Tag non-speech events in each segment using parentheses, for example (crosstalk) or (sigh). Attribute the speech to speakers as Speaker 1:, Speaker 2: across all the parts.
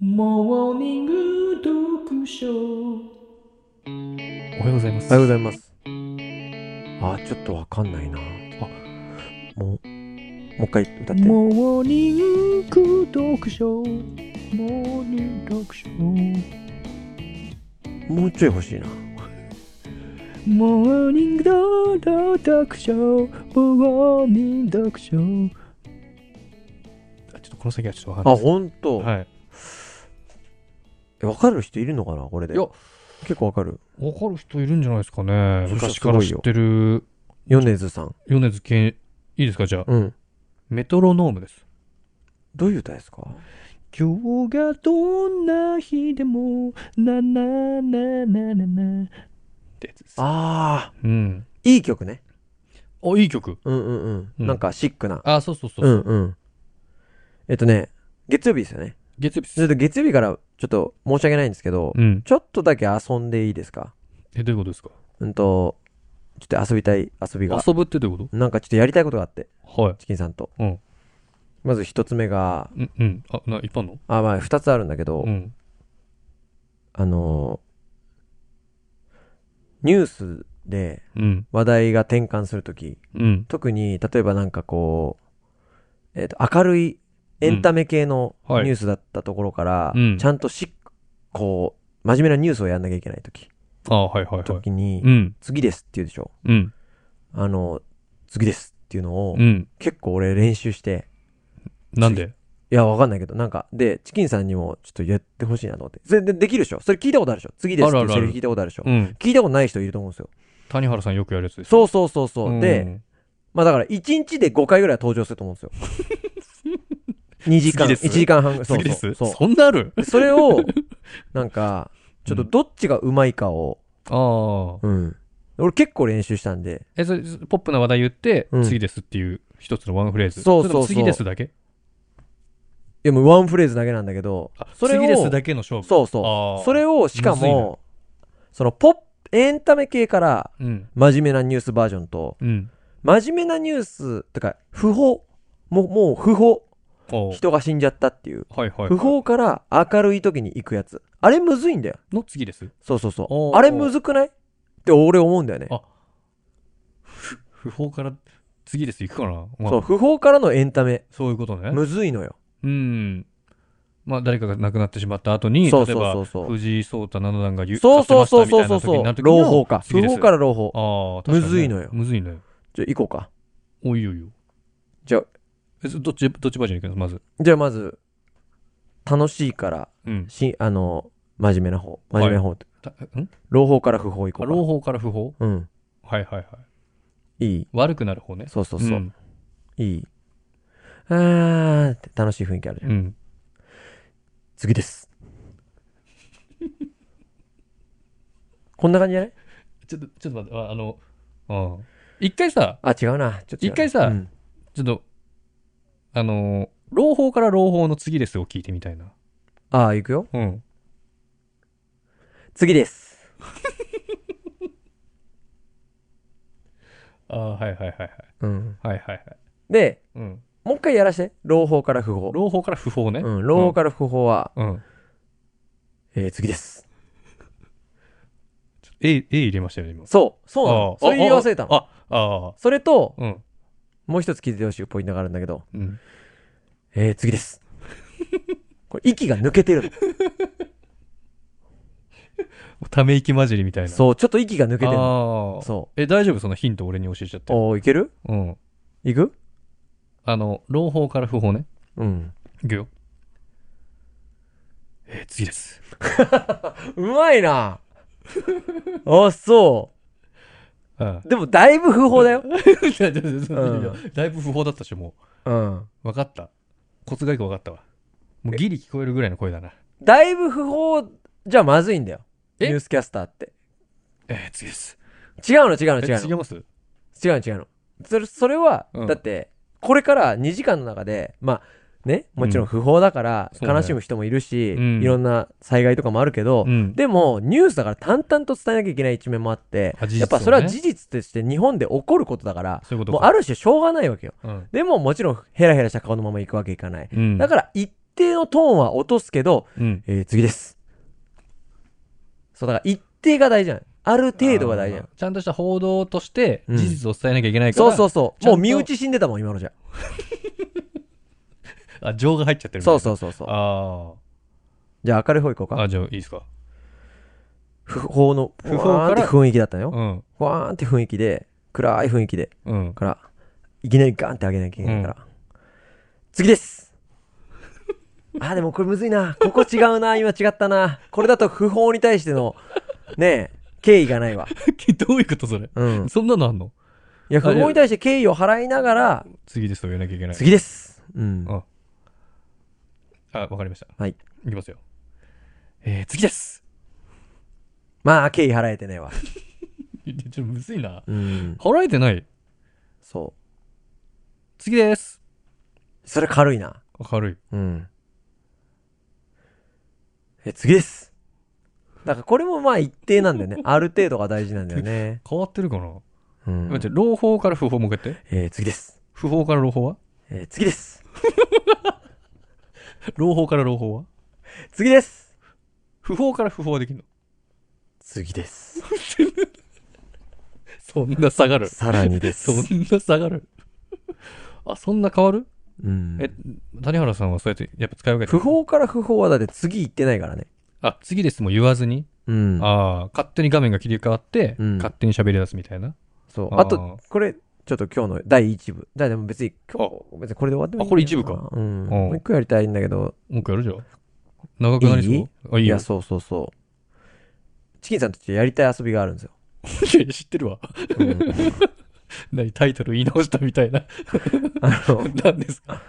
Speaker 1: モーニング読書
Speaker 2: おはようございま
Speaker 3: お
Speaker 2: す。
Speaker 3: はようございます。あー、ちょっとわかんないな。あ、もう、もう一回歌って。
Speaker 1: モーニング読書モーニング読書
Speaker 3: もうちょい欲しいな。
Speaker 1: モーニング読書モーニング読書
Speaker 2: あちょっとこの先はちょっとわかんない
Speaker 3: あ、
Speaker 2: です。
Speaker 3: ほんと。
Speaker 2: はい。
Speaker 3: えわかる人いるのかなこれで。
Speaker 2: いや
Speaker 3: 結構わかる。
Speaker 2: わかる人いるんじゃないですかね。
Speaker 3: そした
Speaker 2: 昔か
Speaker 3: らすごい
Speaker 2: ら
Speaker 3: よ
Speaker 2: 知ってる
Speaker 3: 米津さん。
Speaker 2: 米津玄いいですかじゃあ、
Speaker 3: うん。
Speaker 2: メトロノームです。
Speaker 3: どういう歌ですか
Speaker 1: 今日がどんな日でもななななななってやつです
Speaker 3: あ
Speaker 2: うん。
Speaker 3: ー、いい曲ね。
Speaker 2: あ、いい曲。
Speaker 3: うんうんうん。
Speaker 2: うん
Speaker 3: なんかシックな。
Speaker 2: あ、そうそうそう。
Speaker 3: うんうん。えっとね、月曜日ですよね。
Speaker 2: 月曜日っ
Speaker 3: ちょ
Speaker 2: す
Speaker 3: っと月曜日からちょっと申し訳ないんですけど、
Speaker 2: うん。
Speaker 3: ちょっとだけ遊んでいいですか
Speaker 2: え、どういうことですか
Speaker 3: うんと、ちょっと遊びたい遊びが。
Speaker 2: 遊ぶってどういうこ
Speaker 3: なんかちょっとやりたいことがあって、
Speaker 2: とはい。
Speaker 3: チキンさんと。
Speaker 2: うん
Speaker 3: まず一つ目が、
Speaker 2: うん、うん。あ、な、一般の
Speaker 3: あ、まあ二つあるんだけど、
Speaker 2: うん。
Speaker 3: あのーニュースで
Speaker 2: うん。
Speaker 3: 話題が転換するとき、
Speaker 2: うん。
Speaker 3: 特に例えばなんかこう、えっ、と、明るいエンタメ系の
Speaker 2: うん
Speaker 3: ニ
Speaker 2: は
Speaker 3: ュ
Speaker 2: い
Speaker 3: ースだったところから、
Speaker 2: うん
Speaker 3: ちゃんとしっ、こう、真面目なニュースをやんなきゃいけないとき、
Speaker 2: あ、はいはいはい。
Speaker 3: 時に、
Speaker 2: うん。
Speaker 3: 次ですって言うでしょ。
Speaker 2: うん。
Speaker 3: あの、次ですっていうのを、
Speaker 2: うん。
Speaker 3: 結構俺練習して、
Speaker 2: なんで
Speaker 3: いや、わかんないけど、なんか、で、チキンさんにもちょっとやってほしいなと思って。それで、できるでしょそれ聞いたことあるでしょ次ですっていうセリフ聞いたことあるでしょ
Speaker 2: うん。
Speaker 3: 聞いたことない人いると思うんですよ。
Speaker 2: 谷原さんよくやるやつです。
Speaker 3: そうそうそうそう。
Speaker 2: ん
Speaker 3: で、、まあだから、1日で5回ぐらいは登場すると思うんですよ。2時間、
Speaker 2: 次です
Speaker 3: 1時間半ぐらい。そう
Speaker 2: 次
Speaker 3: そ
Speaker 2: で
Speaker 3: う
Speaker 2: す
Speaker 3: そう
Speaker 2: そんなある
Speaker 3: でそ
Speaker 2: (laughs)
Speaker 3: れを、なんか、ちょっとどっちがうまいかを、
Speaker 2: ああ。
Speaker 3: うん。俺結構練習したんで、
Speaker 2: え、それ、ポップな話題言って、
Speaker 3: うん
Speaker 2: 次ですっていう一つのワンフレーズ。
Speaker 3: そうそう
Speaker 2: れとも
Speaker 3: そう
Speaker 2: 次ですだけ
Speaker 3: いやもうワンフレーズだけなんだけど、それを
Speaker 2: 次ですだけの勝負。
Speaker 3: そう
Speaker 2: あ
Speaker 3: そ
Speaker 2: ー
Speaker 3: う。それを、しか
Speaker 2: むずいな
Speaker 3: も、その、ポップ、エンタメ系から、
Speaker 2: うん。
Speaker 3: 真面目なニュースバージョンと、
Speaker 2: うん。
Speaker 3: 真面目なニュース、とか、不法、もう、もう不法、
Speaker 2: おう
Speaker 3: 人が死んじゃったっていう。
Speaker 2: はいはい。
Speaker 3: 不法から明るい時に行くやつ。あれむずいんだよ。
Speaker 2: の次です。
Speaker 3: そうそうそ
Speaker 2: お
Speaker 3: う。
Speaker 2: ー
Speaker 3: あれむずくないって俺思うんだよね
Speaker 2: あ。不法から次です行くかな、まあ、
Speaker 3: そう、不法からのエンタメ。
Speaker 2: そういうことね。
Speaker 3: むずいのよ。
Speaker 2: うん。まあ、誰かが亡くなってしまった後に、
Speaker 3: そうそうそう
Speaker 2: 例え
Speaker 3: そう
Speaker 2: ば、藤井聡太七段が言
Speaker 3: そうそうそうそうそう
Speaker 2: 勝ちましたみたいな時に
Speaker 3: そ
Speaker 2: な
Speaker 3: う
Speaker 2: る。時の
Speaker 3: 朗報か。
Speaker 2: 次
Speaker 3: 不
Speaker 2: です
Speaker 3: 法から朗報。
Speaker 2: ああ、確かにね
Speaker 3: むずいのよ
Speaker 2: むずいのよ。
Speaker 3: じゃあ行こうか。
Speaker 2: おいよいよ。
Speaker 3: じゃあ
Speaker 2: えそどっち、どっちバージョン行くのまず。
Speaker 3: じゃあまず、楽しいから、
Speaker 2: うん。
Speaker 3: し、あの、真面目な方。真面目な方。
Speaker 2: たん
Speaker 3: 朗報から不法行
Speaker 2: あ
Speaker 3: こう
Speaker 2: 朗
Speaker 3: か。
Speaker 2: 報から不法
Speaker 3: うん。
Speaker 2: はいはいはい。
Speaker 3: いい。
Speaker 2: 悪くなる方ね。
Speaker 3: そうそうそう。
Speaker 2: ん
Speaker 3: いい。あーって楽しい雰囲気あるじゃん。
Speaker 2: うん。
Speaker 3: 次です。こんな感じじゃない
Speaker 2: ちょっと、ちょっと待って、ああの、うん。一回さ、
Speaker 3: あ、違うな。ちょっと違う
Speaker 2: 一
Speaker 3: な
Speaker 2: 回さ
Speaker 3: うん
Speaker 2: ちょっと、あのー、朗報から朗報の次ですを聞いてみたいな。
Speaker 3: あー、行くよ。
Speaker 2: うん。
Speaker 3: 次です。
Speaker 2: ああ、はいはいはいはい。
Speaker 3: うん。
Speaker 2: はいはいはい。
Speaker 3: で、
Speaker 2: うん。
Speaker 3: もう一回やらして。朗報から不法。
Speaker 2: 朗報から不法ね。
Speaker 3: うん。朗報から不法は、
Speaker 2: ら。うん。
Speaker 3: えー、次です。
Speaker 2: A、A 入れましたよね、今。
Speaker 3: そう。そうなの。それ言い忘れたの。
Speaker 2: ああ、ああ。
Speaker 3: それと、
Speaker 2: うん。
Speaker 3: もう一つ聞いてほしいポイントがあるんだけど、
Speaker 2: うん。
Speaker 3: えー、
Speaker 2: (laughs)
Speaker 3: 次です。これ、息が抜けてるの。
Speaker 2: ため息混じりみたいな。う。
Speaker 3: そう、ちょっと息が抜けてるの。
Speaker 2: ああ。
Speaker 3: そ
Speaker 2: え、大丈夫そのヒント俺に教えちゃっ
Speaker 3: う。
Speaker 2: て。
Speaker 3: おー、いける
Speaker 2: うん。
Speaker 3: いく
Speaker 2: あの、朗報から不法ね。
Speaker 3: うん。
Speaker 2: いくよ。えー、次です。
Speaker 3: うまいなあ、そう。 (laughs)
Speaker 2: うん。
Speaker 3: でもだいぶ不法だよ。
Speaker 2: いやいやいやいやいや
Speaker 3: う
Speaker 2: だいぶ不法だったし、も
Speaker 3: うん。
Speaker 2: う。分かった。コツがいく分かったわ。もうギリ聞こえるぐらいの声だな。
Speaker 3: だいぶ不法じゃまずいんだよ。ニ
Speaker 2: え
Speaker 3: ュースキャスターって。
Speaker 2: えー、次です。
Speaker 3: 違うの違うの
Speaker 2: え
Speaker 3: 違う
Speaker 2: 違い
Speaker 3: の。
Speaker 2: ます
Speaker 3: 違うの違うの。それ、それは、
Speaker 2: うん
Speaker 3: だって、これから2時間の中で、まあ、ね、もちろん不法だから、
Speaker 2: そうね
Speaker 3: 悲しむ人もいるし、
Speaker 2: うん
Speaker 3: いろんな災害とかもあるけど、
Speaker 2: うん。
Speaker 3: でも、ニュースだから淡々と伝えなきゃいけない一面もあって
Speaker 2: あ事実を、ね
Speaker 3: やっぱそれは事実として日本で起こることだから、
Speaker 2: そういうこと
Speaker 3: もう
Speaker 2: か。
Speaker 3: ある種しょうがないわけよ。
Speaker 2: うん
Speaker 3: でももちろんヘラヘラした顔のまま行くわけいかない。
Speaker 2: うん。
Speaker 3: だから一定のトーンは落とすけど、
Speaker 2: うん。
Speaker 3: えー、次です。そう、だから一定が大事じゃん。ある程度が大事じゃん。
Speaker 2: ちゃんとした報道として、
Speaker 3: うん
Speaker 2: 事実を伝えなきゃいけないから、
Speaker 3: そうそうそう。
Speaker 2: ちゃん
Speaker 3: もう
Speaker 2: と
Speaker 3: 身内死んでたもん、今のじゃ。
Speaker 2: あ、情が入っちゃってる
Speaker 3: そう
Speaker 2: う。
Speaker 3: そうそうそう。
Speaker 2: あ
Speaker 3: じゃあ明るい方行こう
Speaker 2: あ。
Speaker 3: か。
Speaker 2: あ、じゃあいいですか。
Speaker 3: 不法の、
Speaker 2: 不
Speaker 3: 不
Speaker 2: 法
Speaker 3: 法
Speaker 2: か
Speaker 3: って
Speaker 2: ら
Speaker 3: 雰囲気だったのよ。
Speaker 2: うん。
Speaker 3: ふわーんって雰囲気で、暗い雰囲気で、
Speaker 2: うん。
Speaker 3: から、いきなりガンって上げなきゃいけないから。
Speaker 2: (laughs)
Speaker 3: 次ですあー、でもこれむずいな。ここ違うな。今違ったな。これだと不法に対しての、
Speaker 2: (laughs)
Speaker 3: ねえ、敬意がないわ。
Speaker 2: どういうことそれ、
Speaker 3: うん。
Speaker 2: そんなのあんの
Speaker 3: いや、不法に対して敬意を払いながら、
Speaker 2: 次ですと言わなきゃいけない。
Speaker 3: 次です。うん。
Speaker 2: あ、わかりました。
Speaker 3: はい。
Speaker 2: いきますよ。えー、次です
Speaker 3: まあ、敬意払えてねえわ。
Speaker 2: いやちょっとむずいな。
Speaker 3: うん。
Speaker 2: 払えてない。
Speaker 3: そ
Speaker 2: 次です。
Speaker 3: う。それ軽いな。
Speaker 2: 明るい。
Speaker 3: うん。え、次です。だからこれもまあ一定なんだよね。ある程度が大事なんだよね。
Speaker 2: 変わってるかな、
Speaker 3: うん。
Speaker 2: 待って、朗報から不法もう一回やって。
Speaker 3: えー、次です。
Speaker 2: 不法から朗報は
Speaker 3: えー、次です。
Speaker 2: 朗報から朗報は
Speaker 3: 次です。
Speaker 2: 不法から不法はできるの
Speaker 3: 次です。
Speaker 2: そんな下がる。
Speaker 3: さらにです
Speaker 2: そ。んな下が
Speaker 3: (laughs)
Speaker 2: る。あ、そんな変わる
Speaker 3: うん。
Speaker 2: え、谷原さんはそうやって、やっぱ使い分けて
Speaker 3: 不法から不法はだって次行ってないからね。
Speaker 2: あ、次ですも言わずに、
Speaker 3: うん。
Speaker 2: ああ、勝手に画面が切り替わって、
Speaker 3: うん
Speaker 2: 勝手に喋り出すみたいな。
Speaker 3: そう。
Speaker 2: あー
Speaker 3: あと、これ、ちょっと今日の第一部。だでも別に、今日、別にこれで終わってもい
Speaker 2: あ
Speaker 3: い
Speaker 2: これ一部か
Speaker 3: な。うん。
Speaker 2: ん
Speaker 3: もう一個やりたいんだけど、
Speaker 2: もう一回やるじゃん。長くなりそう
Speaker 3: いい
Speaker 2: あ、いい
Speaker 3: い
Speaker 2: よ。 (laughs)
Speaker 3: や、そうそうそう。チキンさんとちょっとやりたい遊びがあるんですよ。
Speaker 2: いや知ってるわ。
Speaker 3: うん
Speaker 2: 何タイトル言い直したみたいな。
Speaker 3: あの、
Speaker 2: 何ですか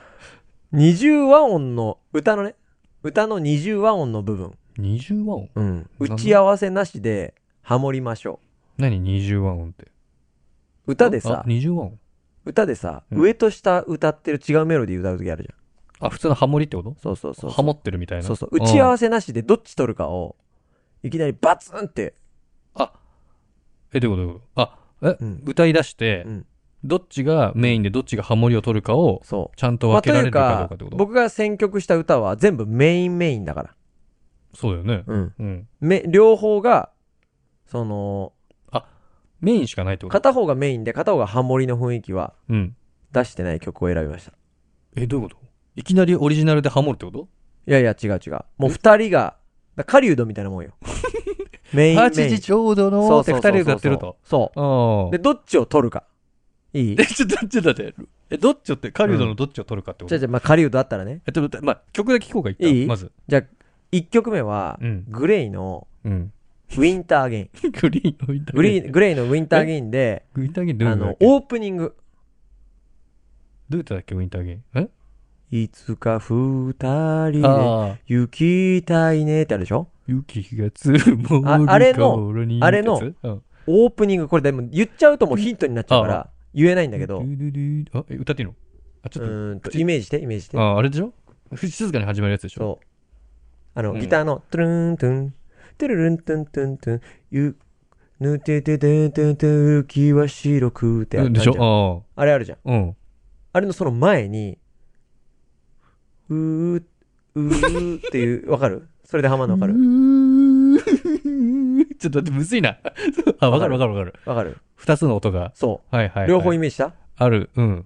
Speaker 3: 二重和音の、歌のね、歌の二重和音の部分。
Speaker 2: 二重和音
Speaker 3: うん。
Speaker 2: なんだ
Speaker 3: 打ち合わせなしで、ハモりましょ
Speaker 2: 何二重和音って。
Speaker 3: う。歌でさ
Speaker 2: あ、二重和音
Speaker 3: 歌でさ、
Speaker 2: うん
Speaker 3: 上と下歌ってる違うメロディー歌うときあるじゃん。
Speaker 2: あ、普通のハモリってこと
Speaker 3: そうそうそう。
Speaker 2: ハモってるみたいな。
Speaker 3: そうそう。打ち合
Speaker 2: せ。
Speaker 3: わせなしでどっち取るかを、いきなりバツンって、
Speaker 2: あ、え、どういうことどういうことあ、え、
Speaker 3: うん
Speaker 2: 歌い出して
Speaker 3: うん、
Speaker 2: どっちがメインでどっちがハモリを取るかを、
Speaker 3: そ
Speaker 2: ちゃん
Speaker 3: う。
Speaker 2: と分けら
Speaker 3: と
Speaker 2: れる
Speaker 3: いう
Speaker 2: かどう
Speaker 3: か
Speaker 2: かってこ、と
Speaker 3: 僕が選曲した歌は全部メインメインだから。
Speaker 2: そうだよね。
Speaker 3: うん。
Speaker 2: うん。
Speaker 3: め、両方が、その、
Speaker 2: メインしかないってこと
Speaker 3: 片方がメインで片方がハモリの雰囲気は
Speaker 2: うん。
Speaker 3: 出してない曲を選びました。
Speaker 2: え、どういうこといきなりオリジナルでハモるってこと
Speaker 3: いやいや、違う違う。もう二人が、だ狩人みたいなもんよ。
Speaker 2: (laughs)
Speaker 3: メインメイン。
Speaker 2: ?8 時ちょうど
Speaker 3: そ
Speaker 2: の
Speaker 3: う
Speaker 2: って
Speaker 3: そうそうそ
Speaker 2: 二
Speaker 3: う
Speaker 2: 人で歌ってると。。
Speaker 3: そ
Speaker 2: あ
Speaker 3: う。
Speaker 2: あ
Speaker 3: で、。どっちを取るか。いい
Speaker 2: え、ちょっと、ちょっと待って。え、どっちをって、狩人のどっちを取るかってこ
Speaker 3: じ
Speaker 2: と、
Speaker 3: ゃあじゃあ、まあ、狩人あったらね。
Speaker 2: えっと、まあ、曲だけ聞こうか、一旦。
Speaker 3: いい
Speaker 2: まず。
Speaker 3: じゃあ、1曲目は、
Speaker 2: うん。
Speaker 3: グレイの、
Speaker 2: うん。
Speaker 3: ウィンターゲイン。
Speaker 2: グリーンのインタ (laughs)
Speaker 3: グリーングレイのウィンターゲインで、
Speaker 2: ウィンターゲインどうい
Speaker 3: あ
Speaker 2: う歌だっ
Speaker 3: の、
Speaker 2: け
Speaker 3: オープニング。
Speaker 2: どういう歌だっけウィンターゲイン。え
Speaker 3: いつか二人で、
Speaker 2: ああ。
Speaker 3: 行きたいねってあるでしょ
Speaker 2: 雪が積もる
Speaker 3: ああれの
Speaker 2: 頃に
Speaker 3: あれの
Speaker 2: ってやつうん
Speaker 3: オープニング、これでも言っちゃうともうヒントになっちゃうから、言えないんだけど、
Speaker 2: ド
Speaker 3: う
Speaker 2: ゥドゥドゥあ、え、歌っていいのあ、ちょっと、
Speaker 3: ーんと、イメージして、イメージして。
Speaker 2: あ、あれでしょ静かに始まるやつでしょ
Speaker 3: そう。あの、
Speaker 2: うん
Speaker 3: ギターの、トゥルントゥン、トゥルルントゥントゥントゥン、ゆ、ぬててててて、浮きは白くて、
Speaker 2: うんでし
Speaker 3: あるじゃん
Speaker 2: ょ
Speaker 3: あれあるじゃん。
Speaker 2: ああ。うん。
Speaker 3: あれのその前に、うー、うーっていう、わか
Speaker 2: (laughs)
Speaker 3: るそれでハマるのわか
Speaker 2: う
Speaker 3: る (laughs)
Speaker 2: ーちょっと待って、むずいな。 (laughs) あ、わかるわかるわかる。
Speaker 3: わかる
Speaker 2: 二つの音が。
Speaker 3: そ
Speaker 2: はいはいは
Speaker 3: う。
Speaker 2: い。
Speaker 3: 両方イメージした
Speaker 2: ある。うん。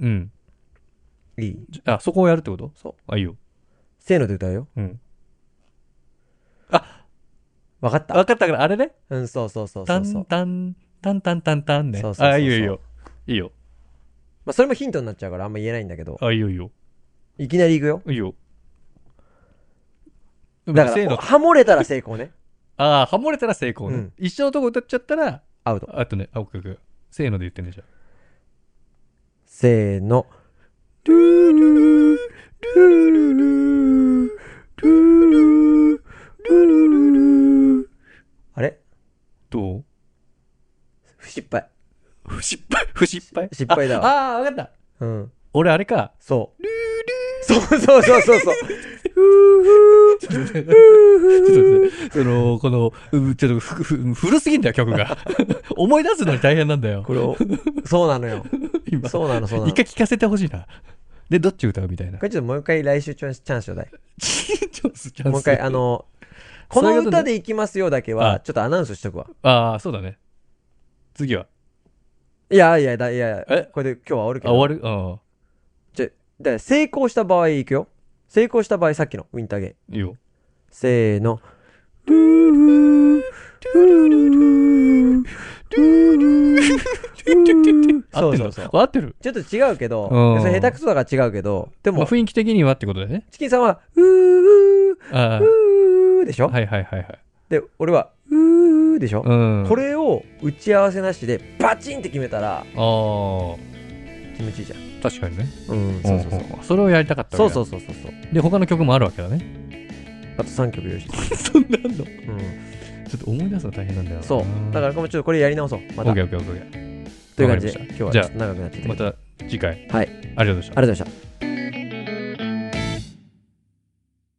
Speaker 2: うん。
Speaker 3: いい
Speaker 2: じゃあ、そこをやるってこと。
Speaker 3: そう
Speaker 2: あ、いいよ。
Speaker 3: せーので歌うよ。
Speaker 2: うん。
Speaker 3: わかった
Speaker 2: わかったから、あれね。
Speaker 3: うん、そうそうそうそ
Speaker 2: タ
Speaker 3: うそう
Speaker 2: ン。タン、タンタンタンタンね。
Speaker 3: そうそうそうそう
Speaker 2: あ、いいよいいよ。いいよ。
Speaker 3: まあ、それもヒントになっちゃうからあんま言えないんだけど、
Speaker 2: あ、いいよいいよ。
Speaker 3: いきなりいくよ。
Speaker 2: いいよ。
Speaker 3: だ
Speaker 2: せ
Speaker 3: か
Speaker 2: ー
Speaker 3: ら、
Speaker 2: の。
Speaker 3: ハモれたら成功ね。
Speaker 2: ああ、ハモれたら成功ね。
Speaker 3: うん
Speaker 2: 一緒のとこ歌っちゃったら、
Speaker 3: アウト。
Speaker 2: あとね、あ、オッケーオッケー。せーので言ってね、じゃあ。
Speaker 3: せーの。
Speaker 2: ルールー、ルールー、ルールー、ルールールー。
Speaker 3: あれ
Speaker 2: どう
Speaker 3: 不失敗。
Speaker 2: 不失敗不失敗
Speaker 3: 失敗だわ
Speaker 2: わ。ああー、わかった。
Speaker 3: うん。
Speaker 2: 俺、あれか。
Speaker 3: そう。そうそうそうそうそう。
Speaker 2: (laughs) ち
Speaker 3: ふーふー
Speaker 2: ょっと待ってその、この、うちょっとふ、ふ、古すぎんだよ、曲が。思い出すのに大変なんだよ。
Speaker 3: (laughs) これを、そうなのよ。
Speaker 2: 今。
Speaker 3: そうなの、そうなの
Speaker 2: 一。回聞かせてほしいな。で、どっち歌うみたいな
Speaker 3: こ。れちょっともう一回来週チャンスチャンスちょうだい。
Speaker 2: チャンス、チャンス。
Speaker 3: もう一回、あ。の、こ
Speaker 2: そうい
Speaker 3: の
Speaker 2: うことね
Speaker 3: 歌で行きますよだけ
Speaker 2: あ
Speaker 3: は、ちょっとアナウンスしとくわ。
Speaker 2: ああ、そうだね。次は。
Speaker 3: いやいや、だいや
Speaker 2: え、
Speaker 3: これで今日は終わるけ
Speaker 2: あ、
Speaker 3: ど。
Speaker 2: 終わるうん。
Speaker 3: じゃ、だから成功した場合行くよ。成功した場合、さっきのウィンターゲ
Speaker 2: い
Speaker 3: イ。
Speaker 2: いよ。
Speaker 3: せーの。 (laughs)
Speaker 2: 合ってる
Speaker 3: そうそう
Speaker 2: 合ってる。
Speaker 3: ちょっと違うけど、
Speaker 2: うん
Speaker 3: それ下手くそだから違うけど、で
Speaker 2: まあ、
Speaker 3: も、
Speaker 2: 雰囲気的にはってことだよね。
Speaker 3: チキンさんは、うー、う
Speaker 2: あ
Speaker 3: ーでし
Speaker 2: あ。
Speaker 3: ょ、
Speaker 2: はいはいはいはい。
Speaker 3: で、俺は、うーでしょ、
Speaker 2: うん。
Speaker 3: これを打ち合わせなしで、バチンって決めたら、
Speaker 2: ああ、
Speaker 3: 気持ちいいじゃん。
Speaker 2: 確かにね。
Speaker 3: うん、そうそうそう。
Speaker 2: んんんそれをやりたかった
Speaker 3: そう
Speaker 2: う
Speaker 3: そうそうそうそう。
Speaker 2: で他の曲もあるわけだね
Speaker 3: あと3曲用意して。
Speaker 2: そんなんのちょ
Speaker 3: うん、
Speaker 2: っと思い出すの大変なんだよな
Speaker 3: そう。だから、もうちょっとこれやり直そう。ま
Speaker 2: オ
Speaker 3: た。
Speaker 2: ッ
Speaker 3: とい
Speaker 2: ケ
Speaker 3: う
Speaker 2: ーオッケーオッケー
Speaker 3: 感
Speaker 2: わかりま
Speaker 3: じで、今
Speaker 2: した
Speaker 3: 日は
Speaker 2: じ
Speaker 3: ち
Speaker 2: ゃ
Speaker 3: ょ
Speaker 2: あ
Speaker 3: っと長くなっちゃったけど。
Speaker 2: また次回あ
Speaker 3: はい
Speaker 2: りがとうございました
Speaker 3: ありがとうございました。